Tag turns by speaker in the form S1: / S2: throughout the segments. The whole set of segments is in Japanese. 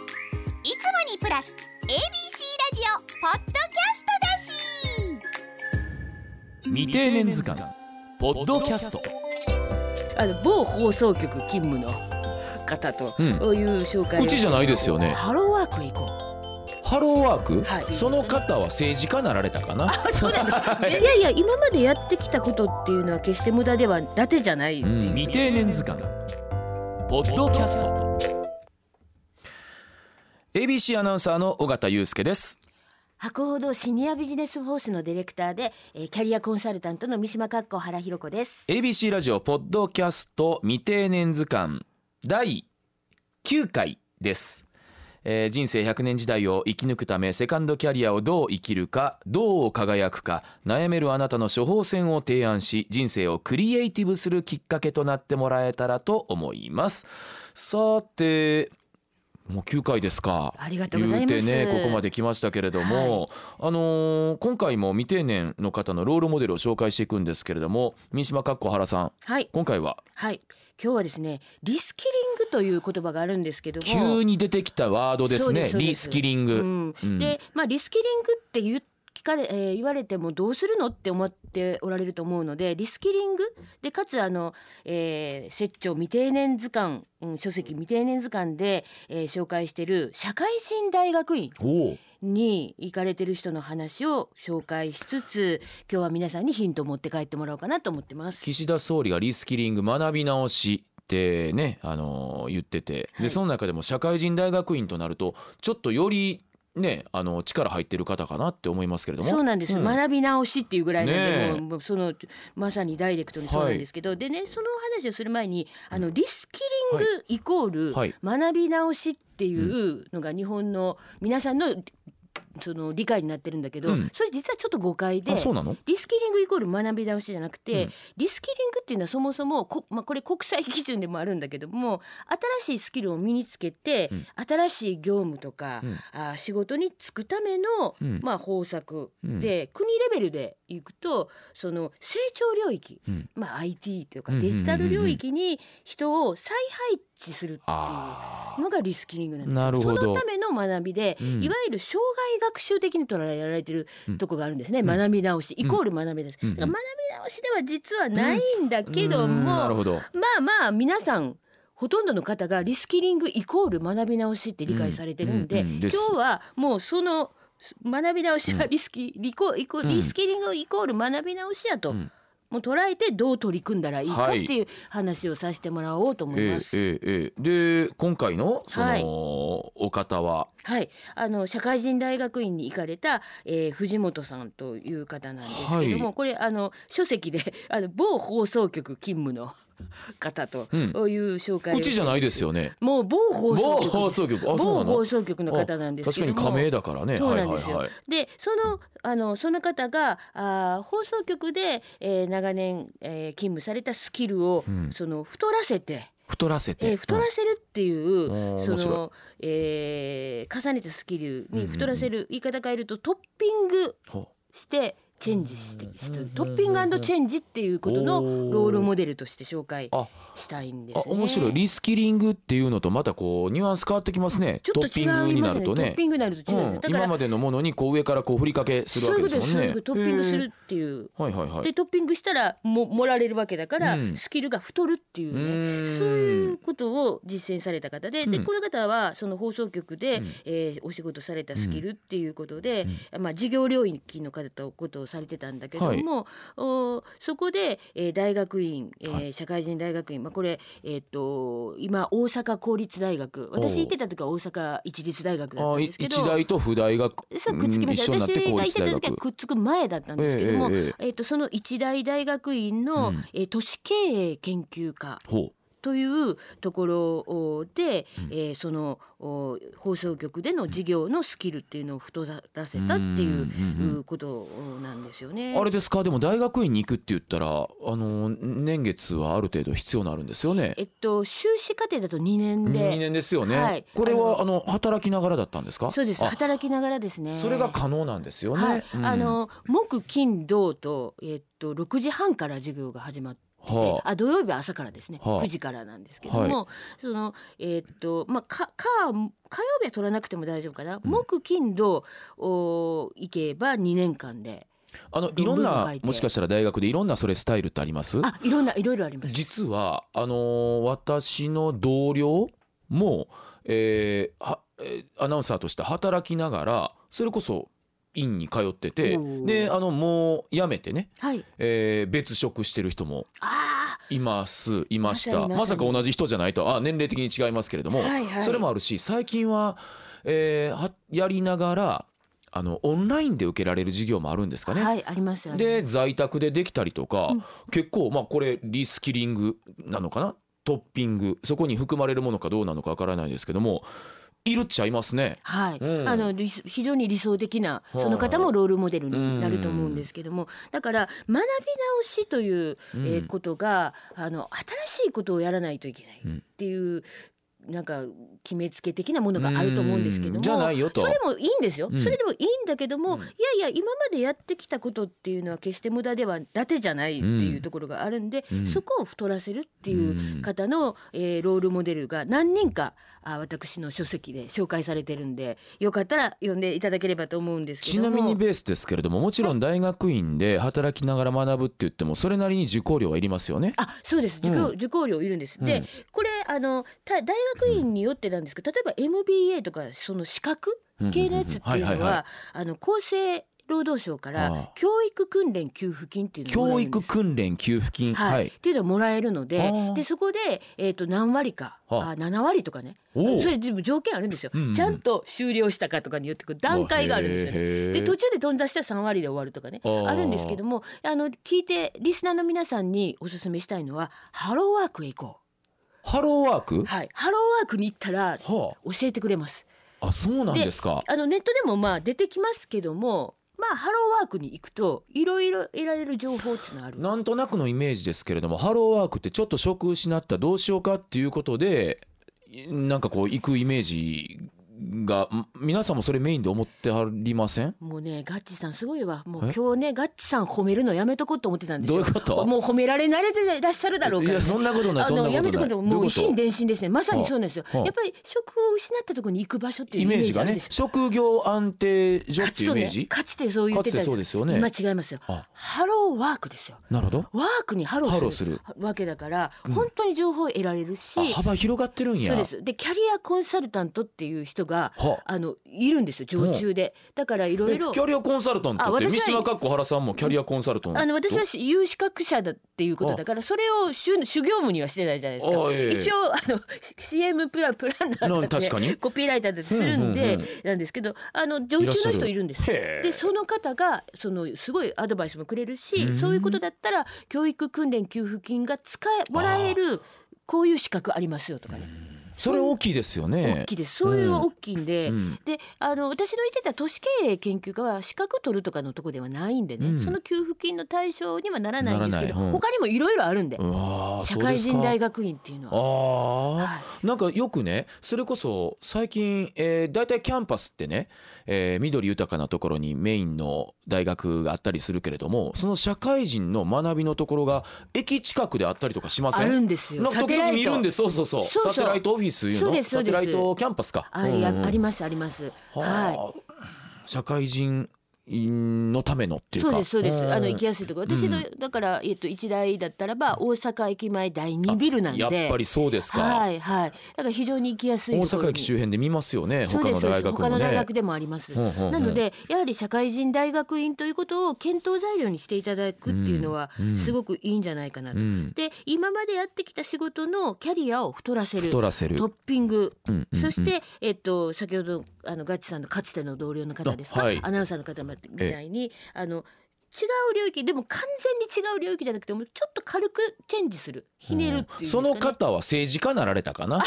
S1: いつもにプラス ABC ラジオポッドキャストだし
S2: 未定年図鑑ポッドキャスト
S3: あの某放送局勤務の方と
S4: うん
S3: こういう紹介で
S4: うちじゃないですよね
S3: ハローワークへ行こ
S4: ハローワーク、
S3: はい
S4: その方は政治家なられたかな
S3: うそうだねいやいや今までやってきたことっていうのは決して無駄では伊達じゃない、
S4: うん
S2: 未定年図鑑ポッドキャスト
S4: ABC アナウンサーの尾形祐介です
S3: 博報堂シニアビジネスフォースのディレクターで、えーキャリアコンサルタントの三島かっこ原博子です
S4: ABC ラジオポッドキャスト未定年図鑑第9回です、えー人生100年時代を生き抜くためセカンドキャリアをどう生きるかどう輝くか悩めるあなたの処方箋を提案し人生をクリエイティブするきっかけとなってもらえたらと思いますさてもう9回ですか
S3: ありがとうございます
S4: 言うてねここまで来ましたけれども、あのー今回も未定年の方のロールモデルを紹介していくんですけれども三島かっこ原さん
S3: はい
S4: 今回は
S3: はい今日はですねリスキリングという言葉があるんですけども
S4: 急に出てきたワードですね
S3: そうですそうです
S4: リスキリング、
S3: うん
S4: うん
S3: で、まあ、リスキリングって言う聞かれ、えー言われてもどうするのって思っておられると思うのでリスキリングでかつあの、えー、摂著未定年図鑑、うん、書籍未定年図鑑で、えー紹介してる社会人大学院
S4: おう
S3: に行かれてる人の話を紹介しつつ今日は皆さんにヒントを持って帰ってもらおうかなと思ってます。
S4: 岸田総理がリスキリング学び直しってね、あのー言ってて、
S3: は
S4: で
S3: い
S4: その中でも社会人大学院となるとちょっとよりね、あの力入ってる方かなって思いますけれども
S3: そうなんです、
S4: ん
S3: 学び直しっていうぐらいなんで、
S4: ねえ
S3: もうもうそのまさにダイレクトにそうなんですけど、でねそのお話をする前にあのリスキリングイコール、
S4: はい
S3: 学び直しっていうのが日本の皆さんのその理解になってるんだけど、
S4: うん
S3: それ実はちょっと誤解で
S4: あそうなの
S3: リスキリングイコール学び直しじゃなくて、
S4: うん
S3: リスキリングっていうのはそもそもこ、まあ、これ国際基準でもあるんだけども新しいスキルを身につけて、
S4: うん
S3: 新しい業務とか、
S4: うん
S3: あ仕事に就くための、
S4: うん
S3: まあ、方策
S4: うん
S3: で、国レベルでいくとその成長領域、
S4: うん
S3: まあ、IT というか
S4: うんうんうん
S3: デ
S4: うん
S3: ジタル領域に人を再配置するっていう
S4: あ
S3: のがリスキリングなんですよ
S4: なるほど
S3: そのための学びで、
S4: うん
S3: いわゆる障害学習的に捉えられてる
S4: うん
S3: とこがあるんですね、
S4: ん
S3: 学び直しイコール学びです、
S4: うん
S3: だから学び直しでは実はないんだ
S4: ー
S3: けど
S4: うんなる
S3: も、
S4: ほど
S3: まあまあ皆さんほとんどの方がリスキリングイコール学び直しって理解されてるんで,、
S4: うんうんうんです
S3: 今日はもうその学び直しはリスキ、リコイコ
S4: うん
S3: リスキリングイコール学び直しやと、
S4: うん
S3: もう捉えてどう取り組んだらいいかっ
S4: は
S3: て
S4: い
S3: いう話をさせてもらおうと思い
S4: え
S3: ます。
S4: えええええで今回のその、
S3: はい
S4: お方は
S3: はい、あの社会人大学院に行かれた、えー藤本さんという方なんですけども、
S4: は
S3: これあの書籍であの某放送局勤務の方と
S4: うん
S3: いう紹介を、
S4: うちじゃないですよね
S3: もう某放
S4: 某
S3: 送局
S4: 放送局あそう
S3: 某
S4: なの
S3: 放送局の方なんですけども
S4: 確かに加盟だからね
S3: そう
S4: はい
S3: なん
S4: は
S3: で
S4: い
S3: すよ。
S4: はい
S3: でそのあのその方があー放送局で、えー長年、えー勤務されたスキルを、
S4: うん
S3: その太らせて、
S4: 太らせて、
S3: えー太らせるっていう、
S4: うん
S3: そ
S4: 面白
S3: の、えー重ねたスキル
S4: うんうんう
S3: に
S4: ん
S3: 太らせる言い方変えるとトッピング
S4: ほ
S3: してチェンジしてし
S4: うんうんうんうん
S3: トッピングチェンジっていうことのロールモデルとして紹介
S4: あ
S3: したいんです
S4: あ
S3: ね。
S4: 面白いリスキリングっていうのとまたこうニュアンス変わってきますね
S3: ちょっと違い
S4: トッ
S3: ま
S4: ピング
S3: す
S4: に
S3: よ
S4: な
S3: ね。
S4: る
S3: ト
S4: と
S3: ッ
S4: ね
S3: ピングになると違うんですね。
S4: うん
S3: だか
S4: 今
S3: ら
S4: までのものにこう上からこう振りかけする
S3: そう
S4: わ
S3: いう
S4: け
S3: こ
S4: で
S3: と
S4: すもん
S3: です。そういう
S4: ね
S3: ことトッピングするっていう。
S4: へーはいはいはい
S3: でトッピングしたらも盛られるわけだから、
S4: うん
S3: スキルが太るっていうね
S4: うーん
S3: そういうことを実践された方で,、で
S4: うん
S3: この方はその放送局で、
S4: うん
S3: えーお仕事されたスキルっていうことで、まあ、事業領域の方とことをされてたんだけども、おそこで、えー大学院、えー
S4: は
S3: 社会人大学院、まあ、これ、えーっと今大阪公立大学私行ってた時は大阪一律大学だった
S4: あ
S3: ん
S4: い
S3: ですけど
S4: 一。大と不大が
S3: そうくっつきました、
S4: うん一緒に
S3: 私が
S4: なって
S3: 行ってた時はくっつく前だったんですけども、
S4: え
S3: え
S4: えええ
S3: っとその一大大学院の、
S4: うん
S3: えー都市経営研究科
S4: ほ
S3: というところで、えーそのお放送局での事業のスキルっていうのを太らせたっていう
S4: うんうんうん
S3: うことなんですよ
S4: う
S3: ね。
S4: あれですかでも大学院に行くって言ったらあの年月はある程度必要になるんですよね
S3: えっと修士課程だと2年で
S4: 2年ですよね、
S3: はい
S4: これ
S3: あ
S4: はあの働きながらだったんですか
S3: そうです
S4: あ
S3: 働きながらですね。
S4: それが可能なんですよね、
S3: はい
S4: うん
S3: あの木金土とえっと6時半から授業が始まって。てて
S4: はあ
S3: あ土曜日は朝からですね、
S4: はあ
S3: 9時からなんですけども、そのえーっとまあかか火曜日は取らなくても大丈夫かな、木金土お行けば2年間で
S4: あのいろ
S3: 論
S4: ん
S3: 文も
S4: な
S3: 書いて
S4: もしかしたら大学でいろんなそれスタイルってあります
S3: あいろんないろいろあります。
S4: 実はあのー私の同僚も、えーはえーアナウンサーとして働きながらそれこそ院に通ってて
S3: おー
S4: であのもう辞めてね、
S3: はい、
S4: えー別職してる人も
S3: あ
S4: いますいまし
S3: まさ
S4: た
S3: にまさに
S4: まさか同じ人じゃないとあ年齢的に違いますけれど
S3: あ
S4: も、
S3: はいはい、
S4: それもあるし最近は,、えーはやりながらあのオンラインで受けられる授業もあるんですかね。
S3: はいありますありま
S4: で
S3: す
S4: 在宅でできたりとか、
S3: うん
S4: 結構まあこれリスキリングなのかなトッピングそこに含まれるものかどうなのかわからないですけどもいるっちゃいますね。
S3: はい、
S4: うん
S3: あの理想非常に理想的な
S4: はい
S3: その方もロールモデルになると思うんですけども、だから学び直しという、
S4: うん
S3: えーことがあの新しいことをやらないといけない
S4: うん
S3: っていう、なんか決めつけ的なものがあると思うんですけど
S4: う
S3: も。
S4: んじゃないよと
S3: それもいいんですよ、
S4: うん
S3: それでもいいんだけど
S4: う
S3: も、
S4: ん
S3: いやいや今までやってきたことっていうのは決して無駄では伊達じゃないっていうところがあるんで、
S4: うん
S3: そこを太らせるって
S4: う
S3: い
S4: ん
S3: う方の、えーロールモデルが何人かあ私の書籍で紹介されてるんでよかったら読んでいただければと思うんですけ
S4: ち
S3: ども
S4: なみにベースですけれどももちろん大学院で働きながら学ぶって言ってもそれなりに受講料はいりますよね。
S3: あそうです受講,、
S4: うん
S3: 受講料いるんです、
S4: う
S3: で
S4: ん
S3: これあのた大学院によってなんですけど例えば MBA とかその資格系のやつってい
S4: うんう
S3: う
S4: んうんはいはい
S3: の
S4: は
S3: はあの厚生労働省か
S4: ああ
S3: ら教育訓練給付金っていうのをもらえ
S4: 教
S3: る
S4: 育
S3: んです
S4: 訓練給付金、
S3: はい
S4: はい
S3: っていうのをもらえるの
S4: あ
S3: で
S4: ー
S3: でそこで、えー、と何割か
S4: はあ
S3: あ7割とかねそ
S4: おう
S3: れ全部条件あるんですよ、
S4: うんうん
S3: ちゃんと修了したかとかによってこう段階があるんですよね。で途中で頓挫したら3割で終わるとかね
S4: あー
S3: あるんですけどもあの聞いてリスナーの皆さんにお勧めしたいのはハローワークへ行こ
S4: ハローワーク
S3: う、はい、ハローワークに行ったら教
S4: は
S3: えてくれます
S4: あ、あそうなんですか。
S3: あのネットでもまあ出てきますけどもまあハローワークに行くといろいろ得られる情報っていうのはある
S4: なんとなくのイメージですけれどもハローワークってちょっと職失ったどうしようかっていうことでいなんかこう行くイメージがん皆さんもそれメインで思ってはりません
S3: もうねガッチさんすごいわも
S4: え
S3: う今日ねガッチさん褒めるのやめとこうと思ってたんです
S4: どうい
S3: よ
S4: うこと
S3: もう褒められ慣れていらっしゃるだろう
S4: い
S3: から
S4: や
S3: ね
S4: そんなことない
S3: あ
S4: そんな
S3: の
S4: ことな
S3: や
S4: い
S3: めてくれと
S4: ど
S3: も
S4: う
S3: う
S4: いう
S3: 一心
S4: こと
S3: 伝心ですねまさにそうなんですよ、
S4: はあはあ
S3: やっぱり職を失ったところに行く場所っていう
S4: イ
S3: イメ
S4: メー
S3: ー
S4: ジ
S3: ジ
S4: が
S3: ある
S4: ね
S3: んですよ
S4: 職業安定所っ
S3: か
S4: て
S3: つ
S4: いうイ
S3: と
S4: メー
S3: ね
S4: ジ
S3: かつてそう言ってた
S4: かつてそうですよね
S3: 今違いますよ
S4: あ
S3: ハローワークですよ
S4: なるほど
S3: ワークにハロ
S4: ハロー
S3: ー
S4: す
S3: す
S4: る
S3: るわけだから、本当に情報を得られるし
S4: あ幅広がってるんや
S3: そうですでキャリアコンサルタントっていう人が、
S4: は
S3: あのいるんですよ常駐で、だからいろ
S4: え
S3: い
S4: キ
S3: ろ
S4: ャリアコンサルタン
S3: あ
S4: トって
S3: 私
S4: 三
S3: は
S4: 島かっこ原さんもキャリアコンサルタント
S3: あの私はし有資格者だっていうことだからそれを主主業務にはしてないじゃないですか
S4: あええ
S3: 一応あの CM プランプランナ
S4: な
S3: ーだっ
S4: 確かに
S3: てコピーライターだってするんで
S4: うんうん
S3: なんですけどあの常駐の人いるんです
S4: いらっしゃるへえ
S3: でその方がそのすごいアドバイスもくれるしそういうことだったら教育訓練給付金が使えもらえるこういう資格ありますよとかね
S4: それ大きいですよね
S3: 大きいですそういうのは大きいんで、
S4: うん
S3: であの私の言ってた都市経営研究家は資格取るとかのとこではないんでね、
S4: うん
S3: その給付金の対象にはならないんですけど、
S4: ならないうん
S3: 他にもいろいろあるんで、
S4: うわー
S3: 社
S4: そうで
S3: 会
S4: すか
S3: 人大学院っていうのは。
S4: ああ、
S3: は
S4: なんかよくねそれこそ最近、えー、大体キャンパスってね、えー緑豊かなところにメインの大学があったりするけれどもその社会人の学びのところが駅近くであったりとかしません
S3: あるんですよ
S4: なんか時々見るんでそうそうそう
S3: そうそう
S4: サテライトオフィスいう
S3: そう
S4: の
S3: ですそ
S4: サ
S3: う
S4: テ
S3: です
S4: ライトキャンパスか
S3: あ
S4: うん
S3: り
S4: う
S3: あ
S4: ん
S3: ありますあります。は
S4: はあ社会人のためのって
S3: い。
S4: いうか
S3: そうですそうです。
S4: ん
S3: あの行きやすいところ。私の、だからえっと一大だったらば大阪駅前第二ビルなんで。
S4: やっぱりそうですか、
S3: はいはい。だから非常に行きやすい
S4: 大
S3: ところに。
S4: 阪駅周辺で見ますよね
S3: そう
S4: 他
S3: で
S4: の
S3: すそうで
S4: 大
S3: す
S4: 学
S3: 他
S4: も
S3: の大
S4: ね
S3: 学でもあります。
S4: ほうほうほう
S3: なのでやはり社会人大学院ということを検討材料にしていただくっていうのは
S4: うん
S3: すごくいいんじゃないかなと。
S4: うん
S3: で今までやってきた仕事のキャリアを太らせる。
S4: 太らせる
S3: トッピング、
S4: うんうんうん
S3: そして、えっと、先ほどあのガッチさんのかつての同僚の方ですか、
S4: あはい
S3: アナウンサーの方みたいにあの違う領域でも完全に違う領域じゃなくてもうちょっと軽くチェンジするひねるっていうんです
S4: そ
S3: かね
S4: の方は政治家なられたかな。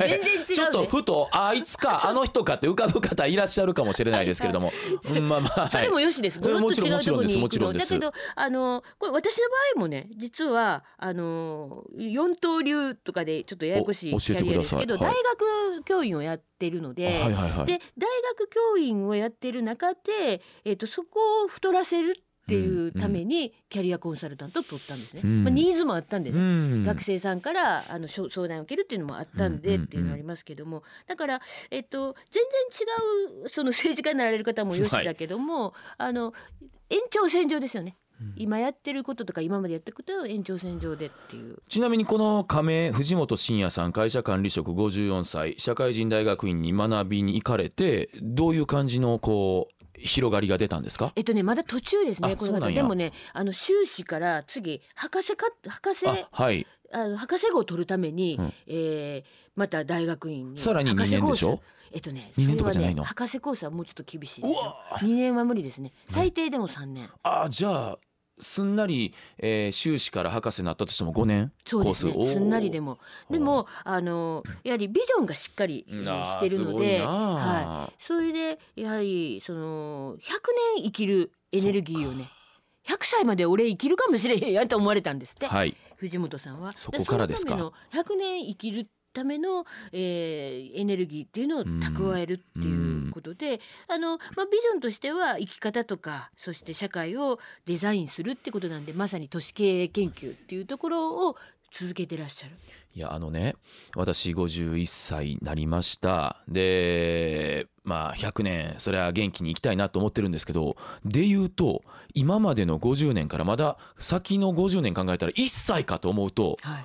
S3: 全然違う、ね、
S4: ちょっとふとあいつかあの人かって浮かぶ方いらっしゃるかもしれないですけれ ども、うんまあまあ、
S3: そ
S4: はい
S3: れもよしです。ぐるっ
S4: もち
S3: と
S4: ろん
S3: 違うところに行
S4: もち
S3: く
S4: ろん
S3: の。
S4: で
S3: だ
S4: す
S3: け
S4: も
S3: ど、あの、これ私の場合もね、実は、あの、四刀流とかで、ちょっとややこし
S4: お
S3: い
S4: 教
S3: キ
S4: えて
S3: ャ
S4: く
S3: リア
S4: だ
S3: で
S4: さ
S3: す
S4: い
S3: けど、
S4: は
S3: 大
S4: い
S3: 学教員をやってるので、
S4: はいはいはい。
S3: で、大学教員をやってる中で、えっと、そこを太らせるっていうためにキャリアコンサルタントを取ったんですね、
S4: うん
S3: まあ、ニーズもあったんでね、
S4: ん
S3: 学生さんからあのしょ相談を受けるっていうのもあったんで
S4: うん
S3: っていうのはありますけども、だから、えっと、全然違うその政治家になられる方もよし
S4: はい
S3: だけども、あの延長線上ですよね、今やってることとか今までやってることを延長線上でっていう
S4: ちなみにこの加盟藤本慎也さん会社管理職54歳社会人大学院に学びに行かれてどういう感じのこう広がりが出たんですか
S3: えっとねまだ途中ですね
S4: あ
S3: この
S4: そうな
S3: 方
S4: んや
S3: でもねあの修士から次博士か博士
S4: あはい
S3: あの博士号を取るために、
S4: うん
S3: えーまた大学院に
S4: さらに二年でしょ
S3: 博士コースえっとね
S4: 二年とかじゃな
S3: それはい
S4: の
S3: ね、博士コースはもうちょっと厳しいうですよ
S4: わ
S3: 2年は無理ですね最低でも3年、
S4: あじゃあすんなり、えー修士から博士になったとしても5年
S3: そうですね
S4: コースおー
S3: すんなりでも
S4: おー
S3: でもあのやはりビジョンがしっかりえ
S4: うん
S3: ー
S4: あー
S3: してるの
S4: すごい
S3: で
S4: な
S3: はい
S4: あ
S3: それでやはりその100年生きるエネルギーをね100歳まで俺生きるかもしれへんやと思われたんですって、
S4: はい
S3: 藤本さんは
S4: そこからですか
S3: そのための100年生きるための、えーエネルギーっていうのを蓄えるっていうことで、あのまあビジョンとしては生き方とかそして社会をデザインするってことなんでまさに都市経営研究っていうところを続けてらっしゃる。
S4: いやあのね私51歳になりましたでまあ100年それは元気に生きたいなと思ってるんですけどで言うと今までの50年からまだ先の50年考えたら1歳かと思う と
S3: は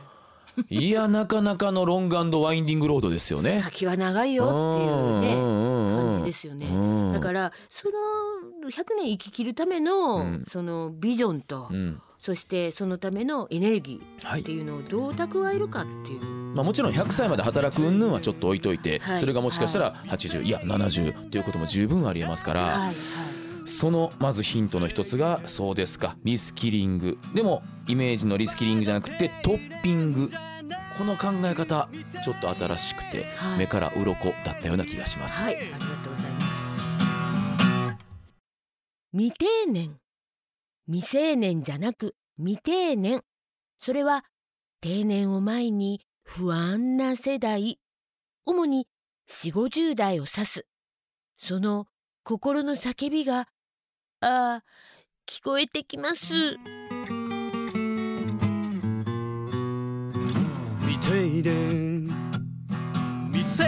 S3: い
S4: やなかなかのロングワインディングロードですよ
S3: い、
S4: ね。
S3: 先は長いよっていうね。感じですすよね。だからその100年生ききるための、
S4: うん
S3: そのビジョンと、
S4: うん
S3: そしてそのためのエネルギー
S4: は
S3: っ
S4: い
S3: ていうのをどう蓄えるかっていう。
S4: まあ、もちろん100歳まで働く云々はちょっと置いといて、
S3: はい
S4: それがもしかしたら80、い、や70ということも十分ありえますから、
S3: はいはい。
S4: そのまずヒントの一つがそうですかリスキリングでもイメージのリスキリングじゃなくてトッピングこの考え方ちょっと新しくて
S3: はい
S4: 目から鱗だったような気がします、
S3: はい、ありがとうございます。未定年、未成年じゃなく未定年。それは定年を前に不安な世代、主に四五十代を指す。その心の叫びが、ああ、聞こえてきます。
S2: 未定年未成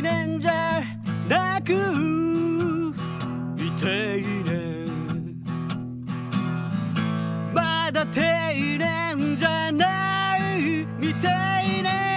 S2: 年じゃなく未定年まだ定年じゃない未定年